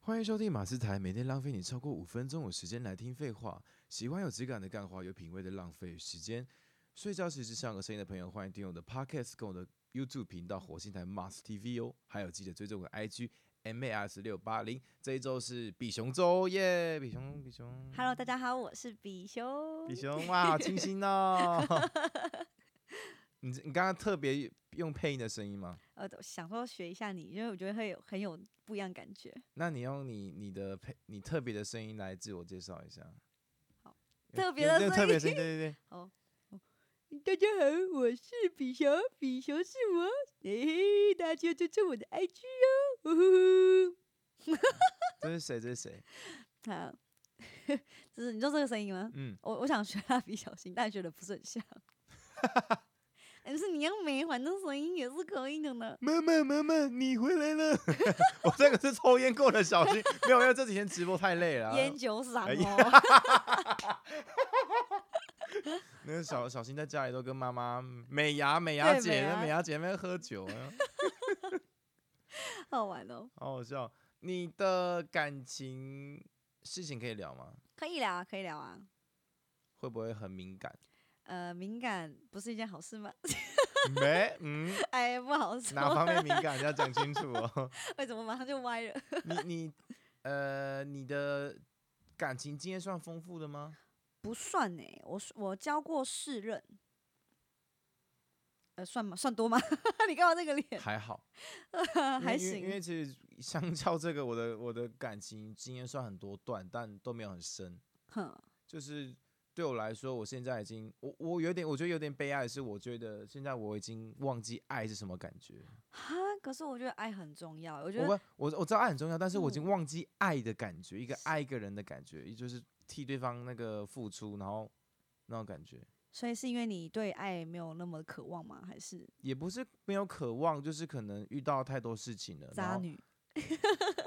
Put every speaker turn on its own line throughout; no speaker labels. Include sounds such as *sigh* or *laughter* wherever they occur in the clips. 欢迎收听马斯台，每天浪费你超过五分钟的时间来听废话。喜欢有质感的干话，有品味的浪费时间。睡觉时只想个声音的朋友，欢迎订阅我的 Podcast 跟我的 YouTube 频道火星台 Mars TV 哦。还有记得追踪我的 IG MAS 六八零。这一周是比熊周耶，比熊比熊
Hello，大家好，我是比修
比。熊哇，清新哦。你你刚刚特别用配音的声音吗？
呃，都想说学一下你，因为我觉得会有很有不一样感觉。
那你用你你的配你特别的声音来自我介绍一下。
好
用，
特别的
用用特别的声
声
音，对对对。
哦，哦大家好，我是比熊，比熊是我。诶、大家追踪我的 IG 哦。呜呼
这是谁？这是谁？
呼好， *laughs* 就是你做这个声音吗？
嗯，
我我想学蜡笔小新，但觉得不是很像。 *laughs* 可是你要美环的声音也是可以的呢。
妈妈妈妈，你回来了。 *laughs* 我这个是抽烟过的小心，没有，因为这几天直播太累了啊。
烟酒嗓
哎
哦， *laughs*
那个小小新在家里都跟妈妈美牙美牙
对
姐
美
那
牙
美牙姐妹喝酒啊，
好玩哦，
好好笑。你的感情事情可以聊吗？
可以聊啊，可以聊啊。
会不会很敏感？
呃，敏感不是一件好事吗？ *laughs*
没，嗯，
哎，不好说，
哪方面敏感要讲清楚哦。
为什么马上就歪了？ *laughs*
你你呃，你的感情经验算丰富的
*laughs*
吗？
不算呢、欸我是我交过四任，呃，算吗？算多吗？ *laughs* 你干嘛那个脸？ *laughs*
还好，因
啊还
为因为因
行
为其实相较这个，我的我的感情经验算很多段，但都没有很深。
哼，
就是对我来说，我现在已经，我我有点，我觉得有点悲哀的是，我觉得现在我已经忘记爱是什么感觉。
哈，可是我觉得爱很重要，我觉
我
得
不我我知道爱很重要，但是我已经
嗯
忘记爱的感觉，一个爱一个人的感觉，也就是替对方那个付出，然后那种感觉。
所以是因为你对爱没有那么渴望吗？还是
也不是没有渴望，就是可能遇到太多事情了，然
渣
后
女？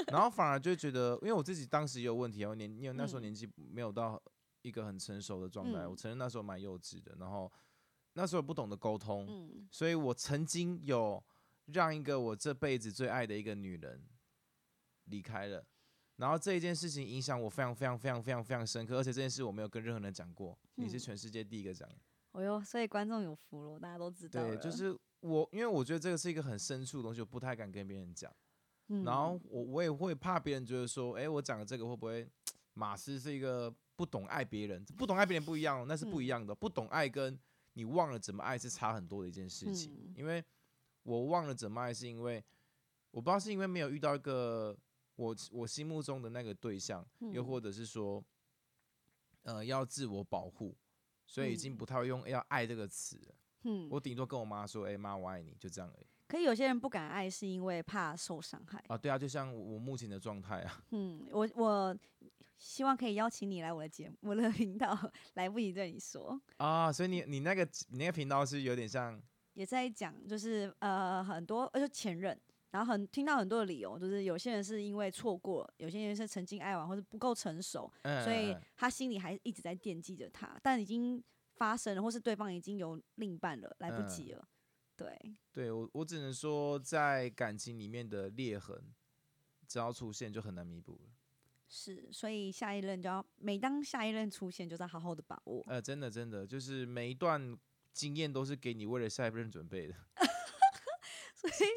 然后反而就觉得，因为我自己当时也有问题啊，我年因为那时候
嗯
年纪没有到一个很成熟的状态，我
嗯
承认那时候蛮幼稚的，然后那时候不懂得沟通，
嗯，
所以我曾经有让一个我这辈子最爱的一个女人离开了，然后这一件事情影响我非常非常非常非常非常深刻，而且这件事我没有跟任何人讲过，你是
嗯
全世界第一个讲的，
我哟，哎所以观众有福了，大家都知道
对，
了。
就是我，因为我觉得这个是一个很深处的东西，我不太敢跟别人讲。
嗯，
然后我我也会怕别人觉得说，哎、我讲的这个会不会马斯是一个不懂爱别人？不懂爱别人不一样哦，那是
嗯
不一样的。不懂爱跟你忘了怎么爱是差很多的一件事情。
嗯
因为我忘了怎么爱，是因为我不知道是因为没有遇到一个我我心目中的那个对象，又
嗯
或者是说，呃，要自我保护，所以已经
嗯
不太会用要爱这个词了。
嗯，
我顶多跟我妈说，哎、妈，我爱你，就这样而已。
可以有些人不敢爱是因为怕受伤害。
啊，对啊，就像我我目前的状态啊。
嗯，我我希望可以邀请你来我的节目，我的频道， *laughs* 来不及对你说，
啊，所以你你那个你那个频道是有点像
也在讲就是呃很多呃就前任，然后很听到很多的理由，就是有些人是因为错过，有些人是曾经爱玩或者不够成熟，
嗯，
所以
嗯
他心里还一直在惦记着他，但已经发生了，或是对方已经有另一半了，来
嗯
不及了。对，
对我我只能说，在感情里面的裂痕，只要出现就很难弥补了。
是，所以下一任就要，每当下一任出现，就是要好好的把握。
呃，真的真的，就是每一段经验都是给你为了下一任准
*laughs*
备的。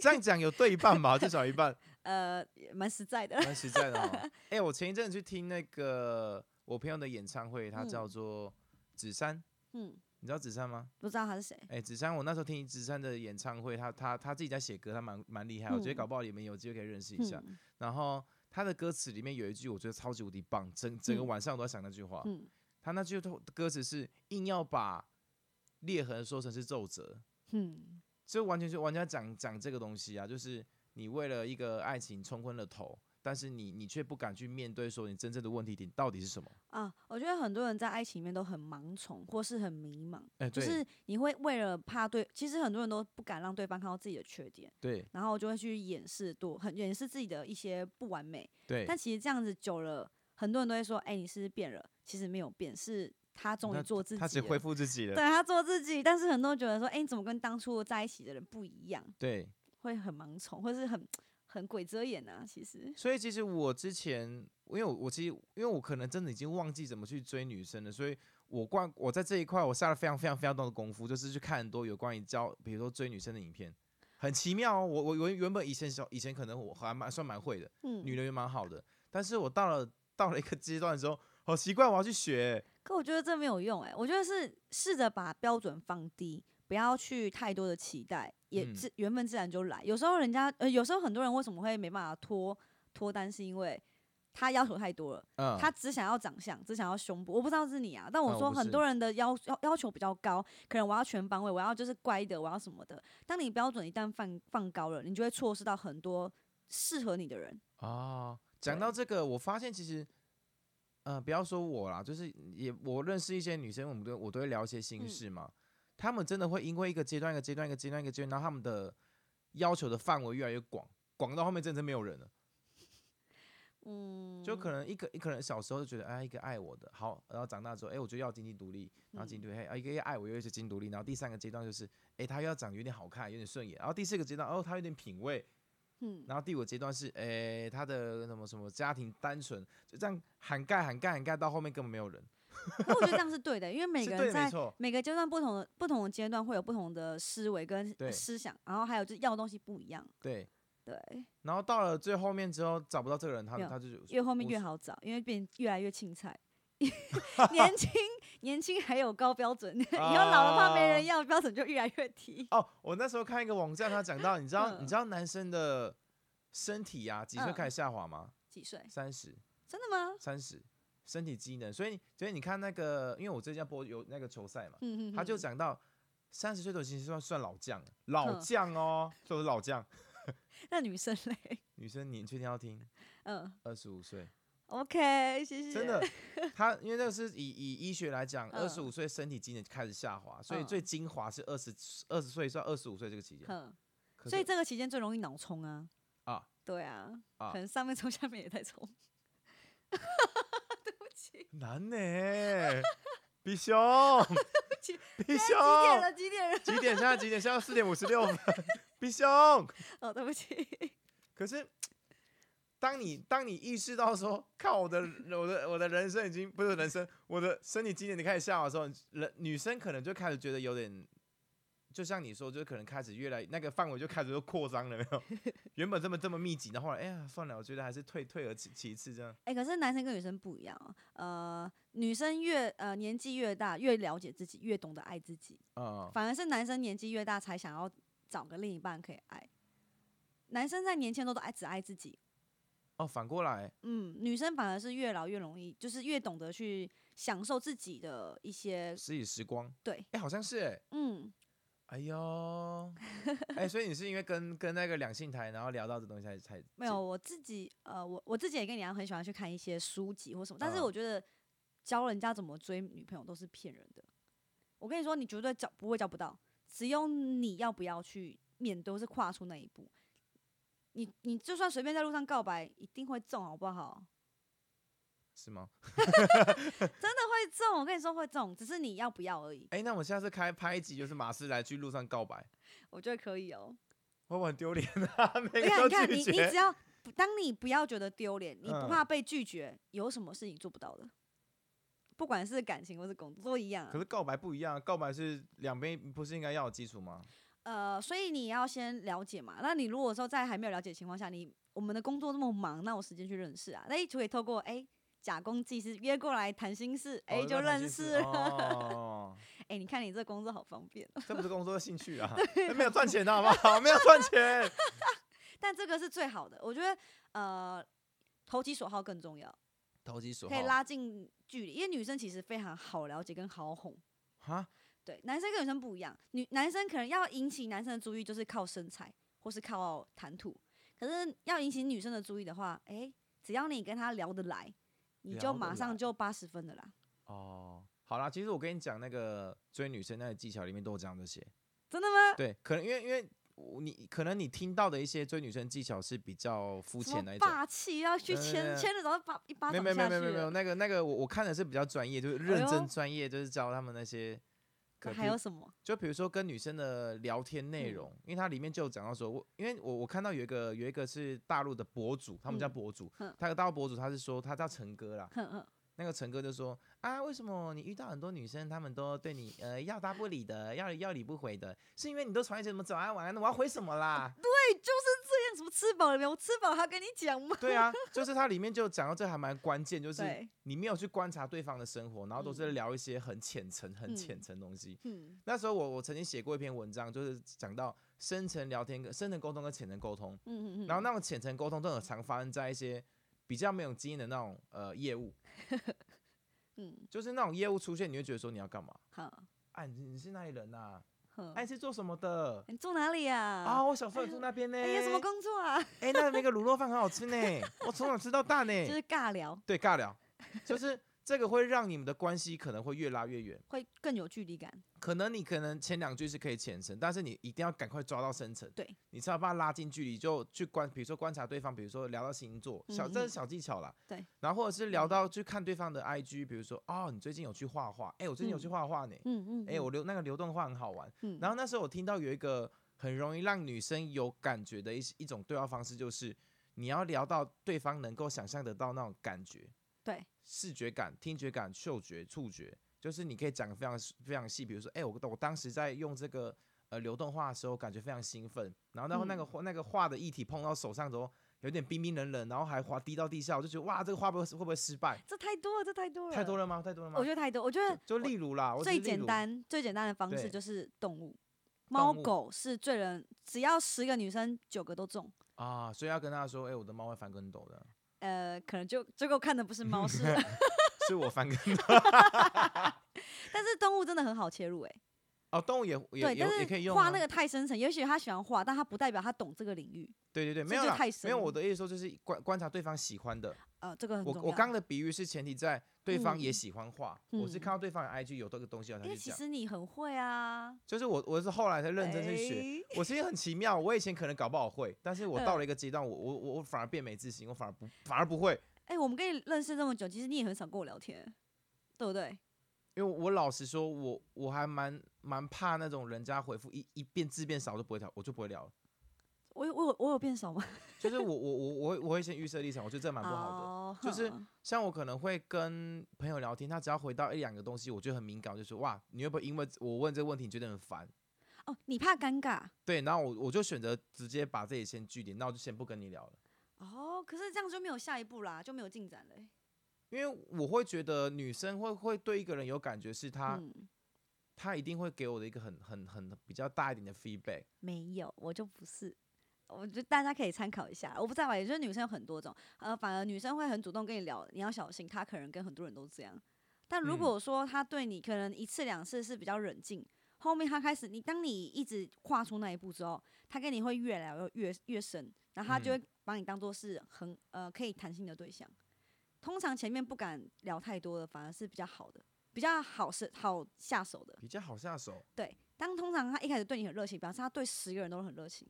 这样讲有对一半吧，至少一
*laughs*
半，
呃，也蛮实在的。 *laughs*
蛮实在的哦。哎、我前一阵去听那个我朋友的演唱会，他叫
嗯
做子珊，
嗯，
你知道子珊吗？
不知道他
*laughs*
是谁。
哎、子珊，我那时候听子珊的演唱会，他他他自己在写歌，他蛮蛮厉害，我觉得
嗯
搞不好你们有机会可以认识一下。
嗯
然后他的歌词里面有一句我觉得超级无敌棒，整整个
嗯
晚上我都在想那句话。
嗯
他那句头歌词是硬要把裂痕说成是皱褶，
嗯
所以完全就完全讲讲这个东西啊，就是你为了一个爱情冲昏了头，但是你你却不敢去面对说你真正的问题点到底是什么。
啊，我觉得很多人在爱情里面都很盲从，或是很迷茫，
哎、
就
对、
是你会为了怕对，其实很多人都不敢让对方看到自己的缺点，
对
然后就会去掩饰多，很掩饰自己的一些不完美。
对，
但其实这样子久了，很多人都会说：“哎、你是不是变了？”其实没有变，是他终
那
于做自己
他只恢
了。
复自己
对
了。
他做自己，但是很多人觉得说：“哎、你怎么跟当初在一起的人不一样
对，？”
会很盲从，或是很很鬼遮眼啊，其实。
所以其实我之前，因为我我其实因为我可能真的已经忘记怎么去追女生了，所以我关我在这一块我下了非常非常非常多的功夫，就是去看很多有关于教，比如说追女生的影片，很奇妙哦。我我原原本以前小以前可能我还蛮算蛮会的，
嗯，
女人也蛮好的，但是我到了到了一个阶段的时候，好奇怪，我要去学。
可我觉得这没有用哎、我觉得是试着把标准放低，不要去太多的期待，也
嗯
自、缘分自然就来。有时候人家呃，有时候很多人为什么会没办法脱脱单，是因为他要求太多了，
嗯，
他只想要长相，只想要胸部。我不知道是你啊，但
嗯
我
我
说
不
很
是
多人的要要要求比较高，可能我要全方位，我要就是乖的，我要什么的。当你标准一旦放放高了，你就会错失到很多适合你的人。
哦，讲
对
到这个，我发现其实，呃，不要说我啦，就是也我认识一些女生，我们都我都会聊一些心
嗯
事嘛。她们真的会因为一个阶段、一个阶段、一个阶段、一个阶段，然后她们的要求的范围越来越广，广到后面真的是没有人了。
嗯，
就可能一个可能小时候就觉得，哎，一个爱我的好，然后长大之后，哎，我就要经济独立，然后经济
嗯
独立，哎，一个爱我，又一是经济独立，然后第三个阶段就是，哎，她又要长得有点好看，有点顺眼，然后第四个阶段，哦，她有点品味，
嗯，
然后第五个阶段是，诶、他的什么什么家庭单纯，就这样涵盖涵盖涵盖到后面根本没有人，
可我觉得这样是对的，因为每
是
个
对
人
的，没
在
错，
每个阶段不同的不同的阶段会有不同的思维跟
对
思想，然后还有就是要的东西不一样。
对。
对，
然后到了最后面之后找不到这个人，他
没有
他就是
越后面
无
越
所
好找，因为变越来越青菜， *laughs* 年轻年轻还有高标准，以 *laughs* 后老了怕没人要，标准就越来越低。 *laughs*
哦。我那时候看一个网站，他讲到，你知道、你
嗯
知道男生的身体呀、几岁
嗯
开始下滑吗？
几岁？
三十
真的吗？
三十，身体机能。所以所以你看那个，因为我最近要播有那个球赛嘛，
嗯嗯，
他就
嗯
讲到三十岁都已经算算老将了，老
哼
将哦，所以我是老将。
那女生嘞？
女生，你确定要听？
嗯
二十五岁。
，OK，谢谢。
真
*laughs*
的，他因为那个是以以医学来讲，二
嗯
十五岁身体机能开始下滑，所以
嗯
最精华是二十二十岁到二十五岁这个期间。
嗯，
可
所以
是
这个期间最容易脑冲啊。
啊，
对啊，
啊
可能上面冲下面也在冲。
难呢、 *laughs* 比熊
起，
比
*laughs* 几点
熊，
了？几点了？ *laughs*
几点？现在几点？现在四点五十六分， *laughs* 比熊。
哦，对不起。
可是，当你当你意识到说，看我的我的我的人生已经不是人生，我的身体机能开始下滑的时候，人女生可能就开始觉得有点，就像你说，就可能开始越来那个范围就开始就扩张了，没有？
*laughs*
原本这么这么密集，然后后来哎呀算了，我觉得还是退退而其其次这样。
哎、可是男生跟女生不一样啊。呃，女生越呃年纪越大，越了解自己，越懂得爱自己，
啊、
反而是男生年纪越大才想要找个另一半可以爱。男生在年轻的时候都爱只爱自己，
哦，反过来，
嗯，女生反而是越老越容易，就是越懂得去享受自己的一些
自己时光，
对，
哎，好像是哎。
嗯，
哎
*laughs*
呦，哎，所以你是因为跟跟那个两性台，然后聊到这东西才才
没有我自己呃，我我自己也跟你一样很喜欢去看一些书籍或什么，但是
嗯
我觉得教人家怎么追女朋友都是骗人的。我跟你说，你绝对教不会教不到，只有你要不要去面对，或是跨出那一步。你你就算随便在路上告白，一定会中，好不好？
是吗？
真的会中，我跟你说会中，只是你要不要而已。
哎、那我们下次开拍一集，就是马斯来去路上告白，
我觉得可以哦。
会不会很丢脸啊？ *laughs* 每个
你看，
都
哎你看，你
拒
你只
绝。
要不当你不要觉得丢脸，你不
嗯
怕被拒绝，有什么事情做不到的？不管是感情或是工作都一样、啊
可。是告白不一样，告白是两边不是应该要有基础吗？
呃，所以你要先了解嘛。那你如果说在还没有了解的情况下，你我们的工作这么忙，那有时间去认识啊？那就可以透过哎、假公济私约过来谈心事，哎、
哦
就
那谈
认
心
识了。
哦， *laughs*
哎、你看你这工作好方便哦、
这不是工作的兴趣
*laughs*
啊，那没有赚钱的好不好？没 *laughs* 有赚钱。
但这个是最好的，我觉得呃，投其所好更重要，
投机所
可以拉近距离。因为女生其实非常好了解跟好哄，
哈，
对，男生跟女生不一样，女男生可能要引起男生的注意，就是靠身材或是靠谈吐。可是要引起女生的注意的话，哎、只要你跟他聊得来，你
聊
就
得
马
来
上就八十分的啦。
哦，好啦，其实我跟你讲，那个追女生那个技巧里面都有讲这些。
真的吗？
对，可能因为因为我你可能你听到的一些追女生技巧是比较肤
什
浅
么
那一种。
霸气要去
对对对
牵牵着，然后把一巴
没有没
掌下
有
去
没有没有没有，
了。
那个那个我我看的是比较专业，就是认
哎
真
呦
专业，就是教他们那些可
还
比
有嗯什么？
就比如说跟女生的聊天内容，因为它里面就有讲到说，我因为我我看到有一个有一个是大陆的博主，他们叫
嗯
博主，
哼
他有大陆博主，他是说他叫陈哥啦，
哼哎哼，
那个陈哥就说啊，为什么你遇到很多女生，她们都对你呃要答不理的，要要理不回的，是因为你都传一些什么早安晚安的，我要回什么啦？
*laughs* 对，就是这样。什么吃饱了没有？我吃饱还要跟你讲吗？
对啊，就是它里面就讲到这还蛮关键，就是
对，
你没有去观察对方的生活，然后都是聊一些很浅层、很
嗯
浅层的东西。
嗯
那时候我我曾经写过一篇文章，就是讲到深层聊天、跟深层沟通跟浅层沟通，
嗯嗯嗯。
然后那种浅层沟通都很常发生在一些比较没有经验的那种呃业务，
嗯，
就是那种业务出现，你会觉得说你要干嘛？
好，
啊，你你是哪里人呐、啊？
哼
哎、你是做什么的？
你住哪里呀？
啊，我小时候也住那边呢、
哎，有什么工作啊？
哎、那那个卤肉饭很好吃呢，
*laughs*
我从小吃到大呢。
就是尬聊，
对，尬聊，就是这个会让你们的关系可能会越拉越远。
会更有距离感。
可能你可能前两句是可以浅层，但是你一定要赶快抓到深层，
对，
你才有办法拉近距离。就去观，比如说观察对方，比如说聊到星座，小、这
嗯
是
嗯
小技巧啦。
对，
然后或者是聊
嗯
到去看对方的 IG，比如说哦，你最近有去画画？哎、我最近有去
嗯
画画呢。
嗯嗯。
哎、我流那个流动画很好玩。
嗯。嗯
然后那时候我听到有一个很容易让女生有感觉的一些一种对话方式，就是你要聊到对方能够想象得到那种感觉，
对，
视觉感、听觉感、嗅觉、触觉，就是你可以讲得非常非常细。比如说，哎、我我当时在用这个呃流动画的时候，感觉非常兴奋，然后然后那个
嗯
画、那个画的液体碰到手上之后，有点冰冰冷冷，然后还滑滴到地下，我就觉得哇，这个画不会会不会失败？
这太多了，这太多了，
太多了吗？太多了吗
我？觉得太多，我觉得
就
我
例如啦，我只
最
是例
简
如，
单、最简单的方
对
式就是动物，猫
物
狗是最人，只要十个女生九个都中，
啊，所以要跟他说，哎、我的猫会翻跟斗的。
呃，可能就结果看的不是
*laughs*
猫是人，
是我翻跟头
但是动物真的很好切入、欸，
哦，动物也也也也
对，
可
但
以
是
用
画
啊
那个太深层，也许他喜欢画，但他不代表他懂这个领域，
对对对，没
这
有
就
啦
太
没有。
深
我的意思说就是观观察对方喜欢的，
呃，这个很
我
重要。
我刚刚的比喻是前提在对方也
嗯
喜欢画，我是
嗯
看到对方有 IG 有这个东西我才
因
去
为其
讲，
实你很会啊，
就是我我是后来才认真去学。
哎
我其实很奇妙，我以前可能搞不好会，但是我到了一个阶段，我我我我反而变没自信，我反而不反而不会，
哎、我们跟你认识这么久，其实你也很少跟我聊天，对不对？
因为我老实说，我我还蛮蛮怕那种人家回复一一遍字变少就不会聊，我就不会聊了。
我有我有我有变少吗？
就是我我我我会我会先预设立场，我觉得这蛮不好的。
哦
就是
哼
像我可能会跟朋友聊天，他只要回到一两个东西，我就很敏感，我就说哇，你会不会因为我问这个问题你觉得很烦？
哦，你怕尴尬
对，然后我我就选择直接把自己先据点，那我就先不跟你聊了，
哦，可是这样就没有下一步啦，就没有进展了欸、
因为我会觉得女生会会对一个人有感觉，是她、
嗯，
她一定会给我的一个很很很比较大一点的 feedback。
没有，我就不是。我觉得大家可以参考一下，我不知道吧，也就是女生有很多种，呃，反而女生会很主动跟你聊，你要小心，她可能跟很多人都这样。但如
嗯
果说她对你可能一次两次是比较冷静，后面她开始，你当你一直跨出那一步之后，她跟你会越聊越越深，然后她就
嗯
会把你当做是很呃可以谈心的对象。通常前面不敢聊太多的，反而是比较好的，比较好是好下手的。
比较好下手，
对，当通常他一开始对你很热情，表示他对十个人都很热情，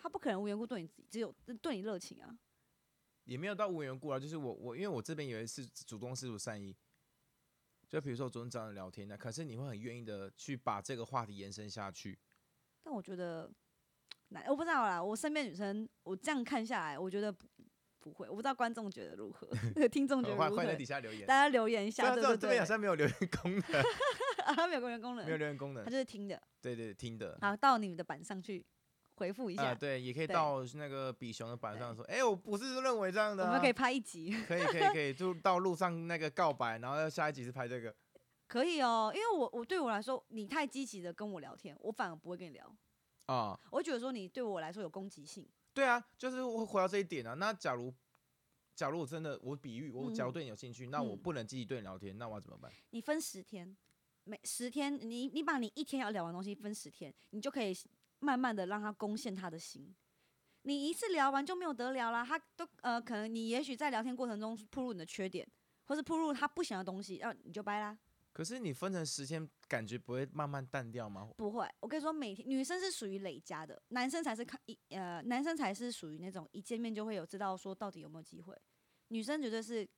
他不可能无缘无故对你只有对你热情啊。
也没有到无缘无故啊。就是我我因为我这边有一次主动施出善意，就比如说我昨天找你聊天呢、啊可是你会很愿意的去把这个话题延伸下去。
但我觉得，难，我不知道啦。我身边女生，我这样看下来，我觉得不不会，我不知道观众觉得
*laughs*
如何，听众觉
呃
得
欢
如
欢迎
何
在底，下留言
大。家留言一
虽
下，
然
对
啊这
对
这边好
对，
像没有留言功能，
*laughs* 啊，没有留言功
没有
能，
留言功能
*laughs* 他。就是听的，
对对，听的。
好到你们的板上去回复一
啊、
下。
对，也可以
对
到那个比熊的板上说，哎、我不是认为这样的、
我
啊，
们可以拍一集， *laughs*
可以，可以，可以，就到路上那个告白，然后下一集是拍这
*laughs*
个，
可以哦，因为我我对我来说，你太积极的跟我聊天，我反而不会跟你聊，
啊、
我会觉得说你对我来说有攻击性。
对啊，就是会回到这一点啊。那假如，假如我真的，我比喻，我假如
嗯
对你有兴趣，那我
嗯
不能积极对你聊天，那我要怎么办？
你分十天，每十天，你你把你一天要聊完的东西分十天，你就可以慢慢的让他攻陷他的心。你一次聊完就没有得聊啦，他都呃，可能你也许在聊天过程中铺露你的缺点，或是铺露他不想要的东西，然后你就掰啦。
可是你分成十天，感觉不会慢慢淡掉吗？
不会，我跟你说，每天女生是属于累加的，男生才是看一呃，男生才是属于那种一见面就会有知道说到底有没有机会，女生绝对是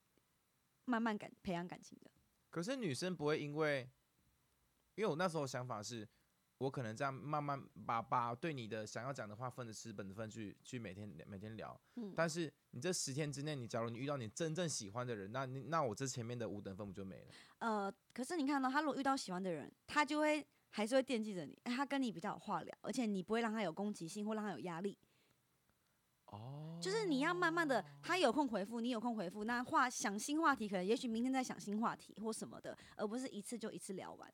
慢慢感培养感情的。
可是女生不会因为因为我那时候想法是，我可能这样慢慢把把对你的想要讲的话分的十本分去去每天每天聊，
嗯
但是你这十天之内，你假如你遇到你真正喜欢的人，那你那我这前面的五等分不就没了？
呃，可是你看到、他如果遇到喜欢的人，他就会还是会惦记着你，哎他跟你比较有话聊，而且你不会让他有攻击性或让他有压力，
哦
就是你要慢慢的，他有空回复，你有空回复，那话想新话题，可能也许明天再想新话题或什么的，而不是一次就一次聊完。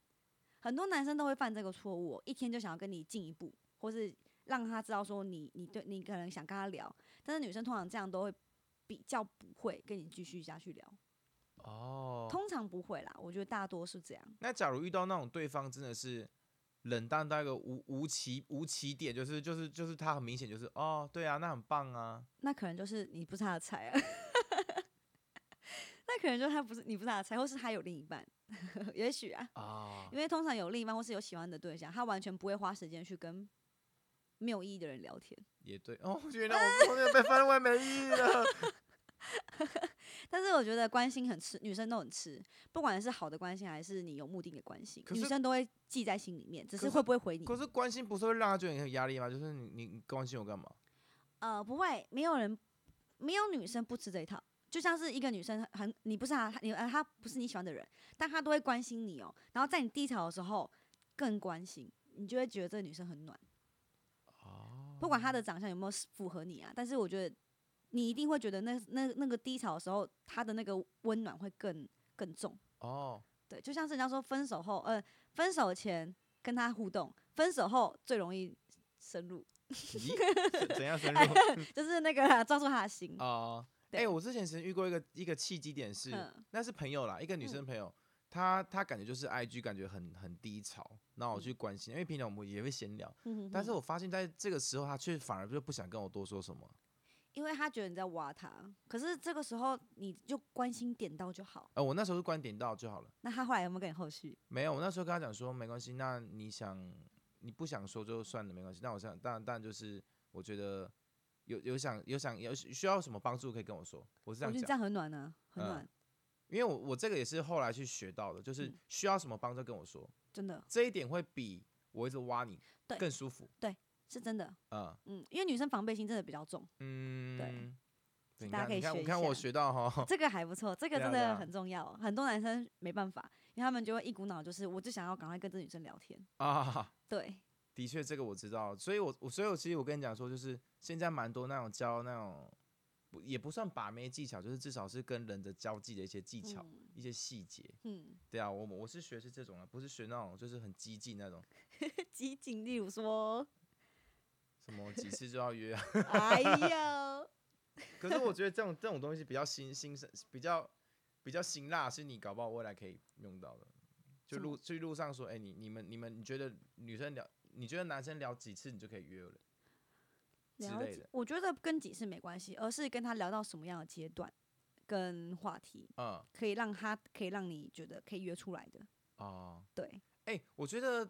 很多男生都会犯这个错误哦、一天就想要跟你进一步，或是让他知道说你你对你可能想跟他聊，但是女生通常这样都会比较不会跟你继续下去聊，
哦，
通常不会啦，我觉得大多是这样。
那假如遇到那种对方真的是冷淡到一个无无起无起点，就是就是就是他很明显就是哦，对啊，那很棒啊，
那可能就是你不是他的菜啊。 *laughs* 那可能就是他不是你不是他的菜，或是他有另一半， *laughs* 也许啊，
啊
因为通常有另一半或是有喜欢的对象，他完全不会花时间去跟没有意义的人聊天。
也对哦，原来我后面被分为没意义了。
但是我觉得关心很吃，女生都很吃，不管是好的关心还是你有目的的关心，
可
女
是
生都会记在心里面，只
可是
是会不会回你
可。是关心不是会让他觉得你很有压力吗？就是你你你关心我干嘛？
呃，不会，没有人，没有女生不吃这一套。就像是一个女生很，你不是她，你呃，她不是你喜欢的人，但她都会关心你哦。然后在你低潮的时候更关心，你就会觉得这个女生很暖，
哦
不管她的长相有没有符合你啊。但是我觉得你一定会觉得那那那个低潮的时候，她的那个温暖会更更重。
哦，
对，就像是人家说分手后，呃，分手前跟她互动，分手后最容易深入， *laughs*
咦怎怎样深入
就是那个啦啊抓住她的心。
哦，哎、
哎对
我之前曾遇过一个一个契机点是，
嗯
那是朋友啦，一个女生
嗯
朋友，她她感觉就是 IG 感觉很很低潮，那我
嗯
去关心，因为平常我们也会闲聊，
嗯哼
但是
哼
我发现在这个时候，她却反而就不想跟我多说什么。
因为他觉得你在挖他，可是这个时候你就关心点到就好。
呃，我那时候就观点到就好了，
那他后来有没有跟你后续？
没有，我那时候跟她讲说没关系，那你想你不想说就算了，没关系。那我想，当然当然就是我觉得有有想有想有需要什么帮助可以跟我说，我是这样
我觉
讲
得这。样很暖呢、很
嗯
暖，
因为我我这个也是后来去学到的，就是
嗯
需要什么帮助跟我说，
真的
这一点会比我一直挖你
对
更舒服。
是真的。
嗯
嗯，因为女生防备心真的比较重，
嗯，对，你
大
看
家可以
你看
学
我
一
看我
下
学到哈， *laughs*
这个还不错，这个
对啊
真
对
的
啊
很重要。很多男生没办法，因为他们就会一股脑就是，我就想要赶快跟这女生聊天。
啊，
对，
的确这个我知道，所以我我所以我其实我跟你讲说，就是现在蛮多那种教那种不也不算把妹技巧，就是至少是跟人的交际的一些技巧、
嗯
一些细节。
嗯， *laughs*
对啊，我我是学是这种啊，不是学那种就是很激进那种，
激进，例如说，
什么几次就要约啊。 *laughs*
哎呦，
可是我觉得这种这种东西比较新新生，比较比较辛辣，是你搞不好未来可以用到的。就
怎么
路去路上说，哎、你你们你们，你觉得女生聊，你觉得男生聊几次你就可以约了之
了
类
解
的。
我觉得跟几次没关系，而是跟他聊到什么样的阶段跟话题。
嗯啊
可以让他可以让你觉得可以约出来的。
哦
对，
哎、我觉得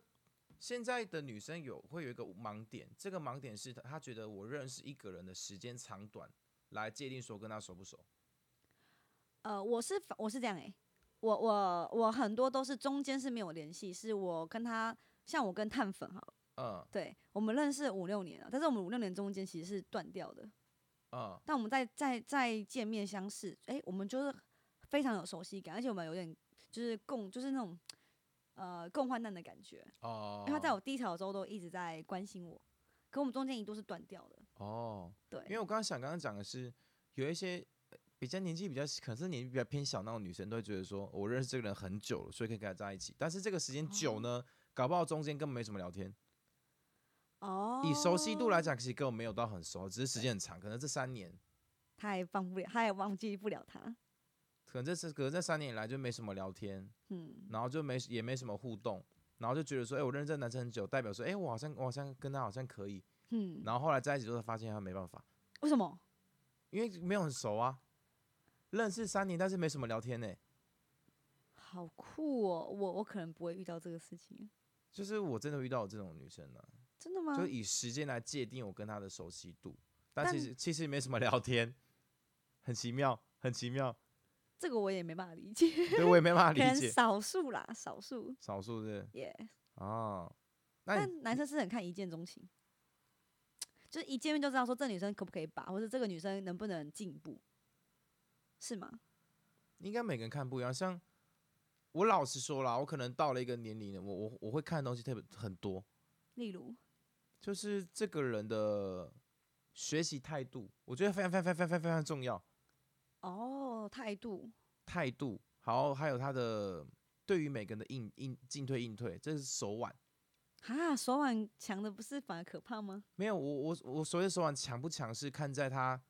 现在的女生有会有一个盲点，这个盲点是她她觉得我认识一个人的时间长短来界定说跟他熟不熟。
呃，我是反我是这样诶、欸我我我很多都是中间是没有联系，是我跟他像我跟碳粉好了，
嗯
对我们认识五六年了，但是我们五六年中间其实是断掉的，
嗯
但我们在在在见面相识，诶、我们就是非常有熟悉感，而且我们有点就是共就是那种呃共患难的感觉，
哦
因为他在我低潮的时候都一直在关心我，可我们中间一度是断掉的，
哦，因
对，
为我刚刚想刚刚讲的是，有一些呃比较年纪比较，可是年纪比较偏小那种女生，都会觉得说，我认识这个人很久了，所以可以跟他在一起。但是这个时间久
哦
呢，搞不好中间根本没什么聊天。
哦，
以熟悉度来讲，其实根本没有到很熟，只是时间很长，可能这三年，
他也忘不了，他也忘记不了他。
可能这是可能这三年以来就没什么聊天，
嗯，
然后就没也没什么互动。然后就觉得说，哎、我认识这个男生很久，代表说，哎、我好像我好像跟他好像可以。
嗯，
然后后来在一起之后，发现他没办法，
为什么？
因为没有很熟啊，认识三年，但是没什么聊天呢、
好酷哦！我我可能不会遇到这个事情，
就是我真的遇到有这种女生呢、
真的吗
就？以时间来界定我跟她的熟悉度，但
嗯但
其实其实没什么聊天，很奇妙，很奇妙。
这个我也没办法理解，
对我也没办法
可能
理解，
少数啦，少数
少数是
耶。Yeah
哦，那你嗯
但男生是很看一见钟情，就是一见面就知道说这女生可不可以把，或者这个女生能不能进步，是吗？
应该每个人看不一样，像我老实说啦，我可能到了一个年龄了，我我我会看的东西特别很多，
例如，
就是这个人的学习态度，我觉得非常非常非常非常非常重要。
哦，态度，
态度，好，还有他的对于每个人的应应进退应退，这是手腕。
哈，手腕强的不是反而可怕吗？
没有，我我我所谓的手腕强不强是看在他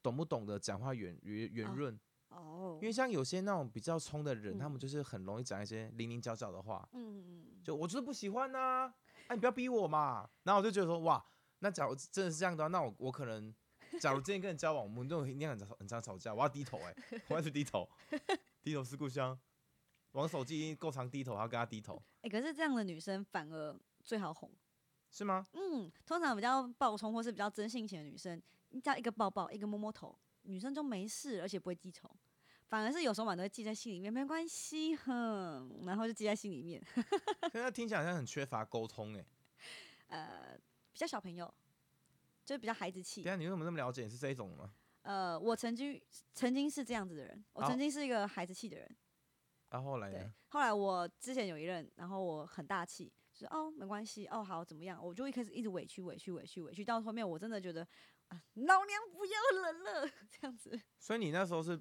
懂不懂得讲话圆圆圆
哦
润，
哦，
因为像有些那种比较冲的人，他们
嗯
就是很容易讲一些零零角角的话，
嗯，
就我就是不喜欢呐、啊，你不要逼我嘛。然后我就觉得说，哇，那假如真的是这样的话，那我我可能，假如之前跟人交往，我们都一定很常很常吵架，我要低头哎、我要去低头，低头是故乡。玩手机已经够常低头，还要跟他低头，
哎、可是这样的女生反而最好哄。
是吗？
嗯，通常比较暴冲或是比较真性情的女生，你只要一个抱抱，一个摸摸头，女生就没事，而且不会记仇。反而是有时候嘛都会记在心里面，没关系哼，然后就记在心里面。
可是他听起来好像很缺乏沟通哎、
呃，比较小朋友，就是比较孩子气
等一。下你为什么那么了解？你是这一种吗？
呃，我曾经曾经是这样子的人，我
好
曾经是一个孩子气的人。
啊，后来
对
呢？，
后来我之前有一任，然后我很大气，就是哦没关系，哦好怎么样，我就一开始一直委屈委屈委屈委屈，到后面我真的觉得啊老娘不要人了 *laughs* 这样子。
所以你那时候是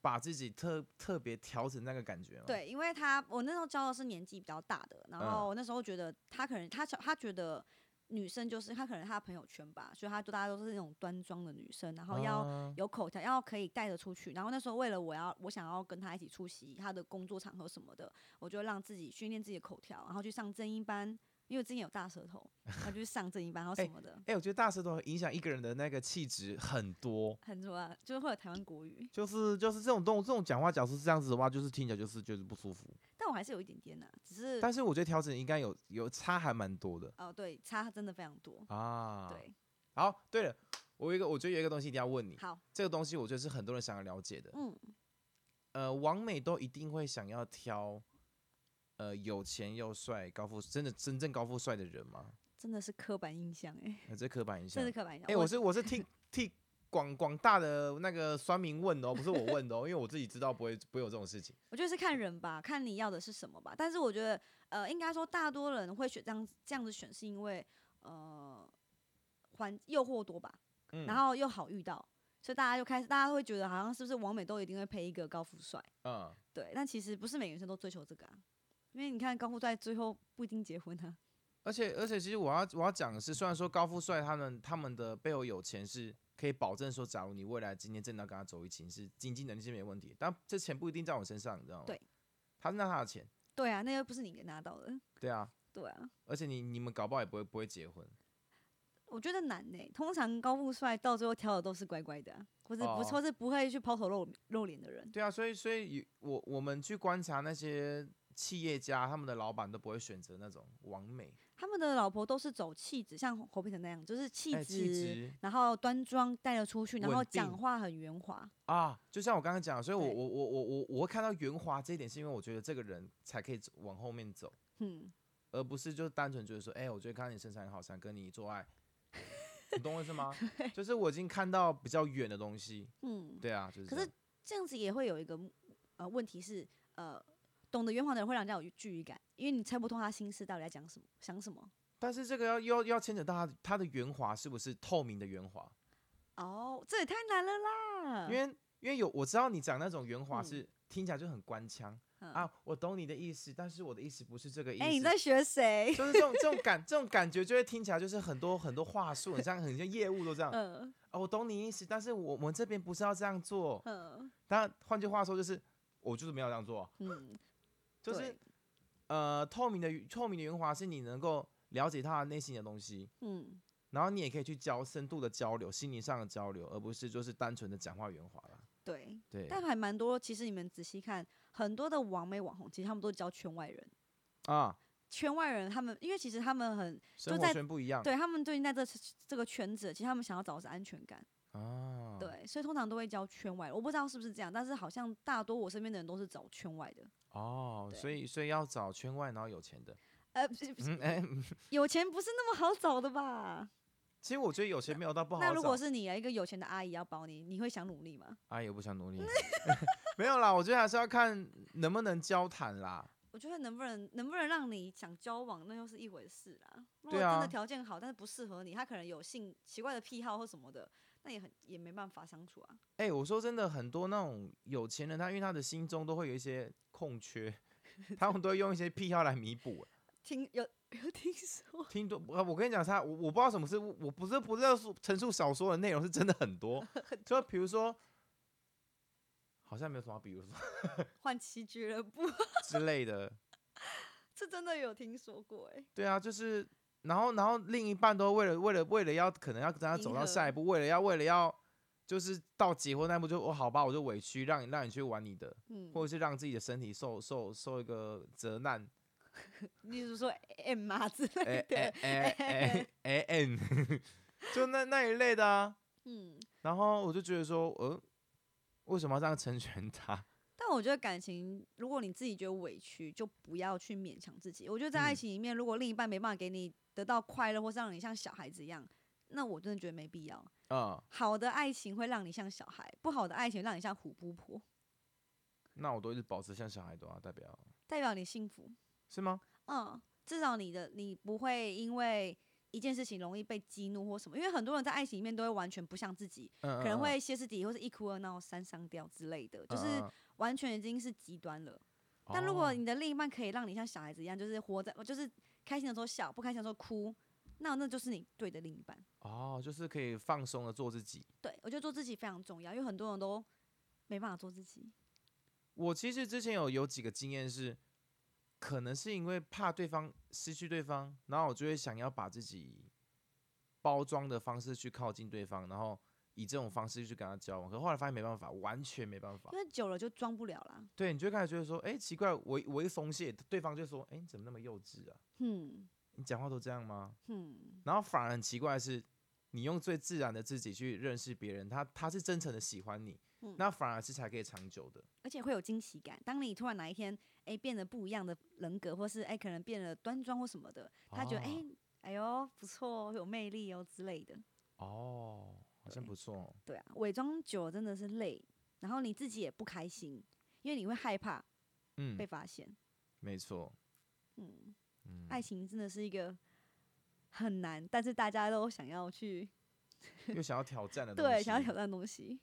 把自己特特别调整那个感觉吗？，
对，因为他我那时候教的是年纪比较大的，然
嗯
后我那时候觉得他可能他小他觉得女生就是他可能他的朋友圈吧，所以他就大家都是那种端庄的女生，然后要。
啊、
有口条，要可以带着出去。然后那时候为了我要我想要跟他一起出席他的工作场合什么的，我就让自己训练自己的口条，然后去上正音班，因为我之前有大舌头，然后就去上正音班，然后
*laughs* 哎
什么的，
哎、我觉得大舌头影响一个人的那个气质很多。
很多啊，就是会有台湾国语，
就是就是这种动这种讲话角度是这样子的话，就是听起来就是就是不舒服。
但我还是有一点点呐、啊只是
但是我觉得调整应该有有差还蛮多的
哦对，差真的非常多，
啊。，
对，
好，对了，我有一个我觉得有一个东西一定要问你，
好，
这个东西我觉得是很多人想要了解的。
嗯，
呃，王美都一定会想要挑呃有钱又帅、高富真的真正高富帅的人吗？
真的是刻板印象哎、
呃、这刻板印象
真是。刻板印象。
哎、我是我是替替广广大的那个酸民问的哦，不是我问的哦，因为我自己知道不会不会有这种事情。
我觉得是看人吧，看你要的是什么吧。但是我觉得，呃，应该说大多人会选这样这样子选，是因为呃，环诱惑多吧，
嗯，
然后又好遇到，所以大家就开始，大家会觉得好像是不是王美都一定会配一个高富帅？
嗯，
对，但其实不是每个女生都追求这个啊，因为你看高富帅最后不一定结婚啊。
而且而且，其实我要我要讲的是，虽然说高富帅他们他们的背后有钱是可以保证说，假如你未来今天真的要跟他走一起，你是经济能力是没问题，但这钱不一定在我身上，你知道吗？
对，
他是拿他的钱，
对啊，那又不是你给拿到的。
对啊，
对啊，
而且你你们搞不好也不会不会结婚，
我觉得难呢、通常高富帅到最后挑的都是乖乖的啊、或者不、
哦
或是不会去抛头露露脸的人。
对啊，所以所以有我我们去观察那些企业家，他们的老板都不会选择那种完美，
他们的老婆都是走气质，像侯佩岑那样，就是气
哎气
质，
质
然后端庄带了出去，然
稳
后
定
讲话很圆滑。
啊，就像我刚刚讲的，所以我
对
我我我我我会看到圆滑这一点，是因为我觉得这个人才可以走往后面走。
嗯，
而不是就是单纯觉得说，哎、我觉得看到你身材很好，想跟你做爱，你懂我意思
*laughs*
吗？就是我已经看到比较远的东西，
嗯，
对啊，就是这
可
样。
是这样子也会有一个呃问题是，呃，懂得圆滑的人会让人家有距离感，因为你猜不透他心思到底在讲什么，想什么。
但是这个要要要牵扯到它它的圆滑是不是透明的圆滑？
哦，这也太难了啦！
因为因为有我知道你讲那种圆滑
嗯
是、听起来就很官腔
嗯，
啊，我懂你的意思，但是我的意思不是这个意思。
哎、你在
*laughs*
学谁？
就是这种这种感这种感觉就会听起来就是很多很多话术，很像很像业务都这样。
嗯
哦，我懂你意思，但是我我们这边不是要这样做。
嗯
但换句话说就是我就是没有这样做。
嗯，
*laughs* 就
对
是呃，透明的透明的圆滑是你能够了解他的内心的东西，
嗯，
然后你也可以去交深度的交流，心灵上的交流，而不是就是单纯的讲话圆滑啦。
对。
对
但还蛮多，其实你们仔细看，很多的网美网红，其实他们都是教圈外人。
啊，
圈外人，他们因为其实他们很
生活
在
圈不一样。
对他们最近在这这个圈子，其实他们想要找的是安全感，
啊，，
对，所以通常都会交圈外人，我不知道是不是这样，但是好像大多我身边的人都是找圈外的。
哦，
对
所以所以要找圈外然后有钱的，
呃，不是不是
嗯，哎、
有钱不是那么好找的吧？
其实我觉得有钱没有到不好找，
那如果是你啊，一个有钱的阿姨要保你，你会想努力吗？
阿姨哎我不想努力， *laughs* 没有啦，我觉得还是要看能不能交谈啦。
我觉得能不能能不能让你想交往，那又是一回事啦。如果
对
真
啊
的条件好，但是不适合你，他可能有性奇怪的癖好或什么的，那也很也没办法相处啊。
哎、我说真的，很多那种有钱人，他因为他的心中都会有一些空
*laughs*
缺，他们都会用一些癖好来弥补。
听有有听说， *laughs*
听多，我我跟你讲，他我我不知道什么是，我不是不是要说陈述少说的内容是真的很多，就比如说，好像没有什么，比如说
换妻俱乐部，
之类的，
这真的有听说过哎、
对啊，就是，然后然后另一半都为了为了为了要可能要跟他走
迎
到下一
合
步，为了要为了要就是到结婚那一步就我、好吧，我就委屈让你让你去玩你的，
嗯，
或者是让自己的身体受受受一个责难，
例如说 M 啊之类
哎
的，
哎哎哎哎嗯就那那一类的啊。
嗯。
然后我就觉得说，呃，为什么要这样成全他？ *laughs*
但我觉得感情，如果你自己觉得委屈，就不要去勉强自己。我觉得在爱
嗯
情里面，如果另一半没办法给你得到快乐，或是让你像小孩子一样，那我真的觉得没必要。
嗯，
好的爱情会让你像小孩，不好的爱情让你像虎姑婆，
那我都一直保持像小孩的啊，代表
代表你幸福。
是吗？
嗯，至少你的你不会因为一件事情容易被激怒或什么，因为很多人在爱情里面都会完全不像自己，
嗯，
可
可
能会歇斯底里或是一哭二闹三上吊之类的，
嗯
就是完全已经是极端了。但如
哦
果你的另一半可以让你像小孩子一样，就是活在，就是开心的时候笑，不开心的时候哭，那那就是你对的另一半。
哦，就是可以放松的做自己。
对我觉得做自己非常重要，因为很多人都没办法做自己。
我其实之前有有几个经验是，可能是因为怕对方失去对方，然后我就会想要把自己包装的方式去靠近对方，然后以这种方式去跟他交往。可后来发现没办法，完全没办法
因。为久了就装不了啦。
对，你就会开始觉得说，哎、奇怪，我一我一松懈，对方就说，哎、你怎么那么幼稚啊？
嗯
你讲话都这样吗？
嗯，
然后反而很奇怪的是，你用最自然的自己去认识别人，他他是真诚的喜欢你，
嗯
那反而是才可以长久的。
而且会有惊喜感。当你突然哪一天哎、变得不一样的人格，或是哎、可能变得端庄或什么的，他觉得哎、
哦
哎呦不错哦，有魅力哦之类的。
哦，好像
对
不错哦。
对啊，伪装久了真的是累，然后你自己也不开心，因为你会害怕
嗯
被，发现。
没错。
嗯
嗯，
爱情真的是一个很难，但是大家都想要去
又想要挑战
*laughs*
的东西。
对想要挑战的东西。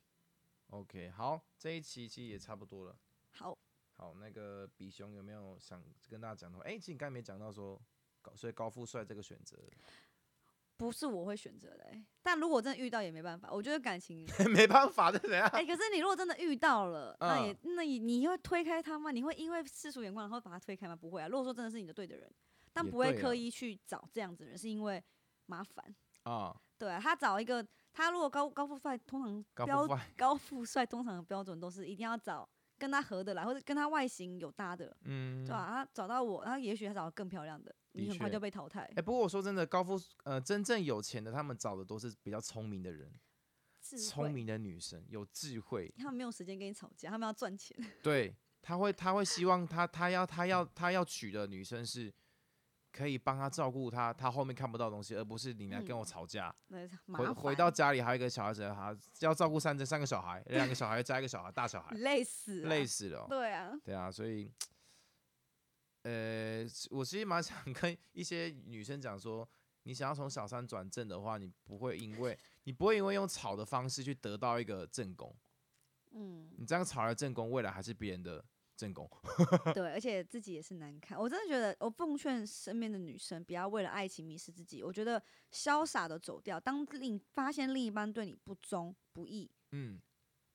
OK，好，这一期其实也差不多了。
好，
好，那个比熊有没有想跟大家讲的话？哎、其实你刚才没讲到说高，所以高富帅这个选择 *laughs*
不是我会选择的欸、但如果真的遇到也没办法。我觉得感
*laughs*
情，
没办法，这怎样？
哎、可是你如果真的遇到了，那也
嗯
那也你会推开他吗？你会因为世俗眼光然后把他推开吗？不会啊。如果说真的是你的对的人，但
也
不会
对啊
刻
啦
意去找这样子的人，是因为麻烦。
啊、
对啊，他找一个他如果高高富帅，通常
高
标
富帅，
高富帅通常的标准都是一定要找跟他合得来，或者跟他外形有搭的。
嗯，
对啊，他找到我，然后也许他找到更漂亮的，
的
你很快
确
就被淘汰
哎、。不过我说真的，高富呃，真正有钱的，他们找的都是比较聪明的人，
*laughs* 智慧
聪，明的女生，有智慧。
他们没有时间跟你吵架，他们要赚钱。
对，他会他会希望他他要他要他要娶的女生是可以帮他照顾他，他后面看不到的东西，而不是你来跟我
嗯
吵架。
那麻
回
烦，
回到家里还有一个小孩子，还要照顾三只三个小孩，两个小孩加一个小孩，大小孩，
累死，
累
死。
死了哦。
对啊，
对啊，所以，呃，我其实蛮想跟一些女生讲说，你想要从小三转正的话，你不会因为你不会因为用吵的方式去得到一个正宫，
嗯，
你这样吵的正宫，未来还是别人的正宫。
对，而且自己也是难看。我真的觉得，我奉劝身边的女生不要为了爱情迷失自己。我觉得潇洒的走掉，当另发现另一半对你不忠不义，
嗯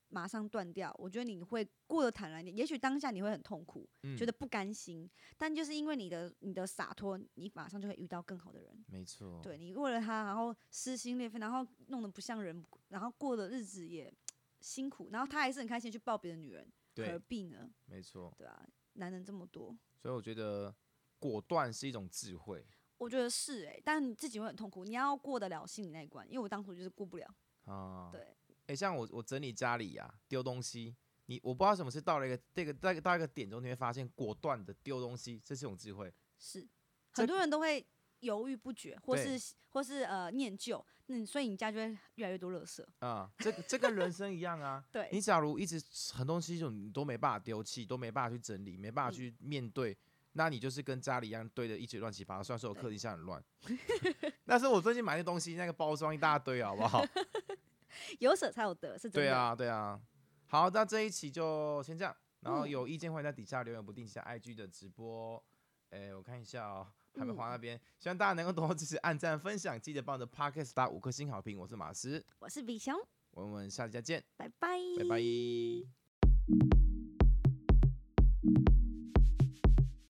马上断掉，我觉得你会过得坦然一点。也许当下你会很痛苦，
嗯，
觉得不甘心，但就是因为你的你的洒脱，你马上就会遇到更好的人。
没错，
对你为了他，然后撕心裂肺，然后弄得不像人，然后过的日子也辛苦，然后他还是很开心去抱别的女人，何
对，
必呢？
没错。
对啊，男人这么多，
所以我觉得果断是一种智慧
我觉得欸是诶、但你自己会很痛苦，你要过得了心里那一关，因为我当初就是过不了。
啊。
对，
哎，像我我整理家里呀、丢东西，你我不知道什么是到了一个这个大概到一个点中，你会发现果断的丢东西，这是一种智慧。
是很
这
多人都会犹豫不决，或
对
是或是呃念旧，那你所以你家就会越来越多垃圾。。
啊、这个这跟人生一样啊
*laughs* 对
你假如一直很多东西就你都没办法丢弃，都没办法去整理，没办法
嗯
去面对，那你就是跟家里一样堆的一直乱七八糟。虽然说我
对
客厅现在很乱， *laughs* 但是我最近买的东西那个包装一大堆，啊好
*laughs*
不好？
有舍才有得，是真的。
对啊，对啊。好，那这一期就先这样。然后
嗯
有意见欢迎在底下留言，不定期在 IG 的直播。哎，我看一下哦，还没滑
嗯
那边。希望大家能够多多支持、按赞、分享，记得帮我的 Podcast 打五颗星好评。我是马斯，
我是比熊，
我们下期再见，
拜拜，
拜拜。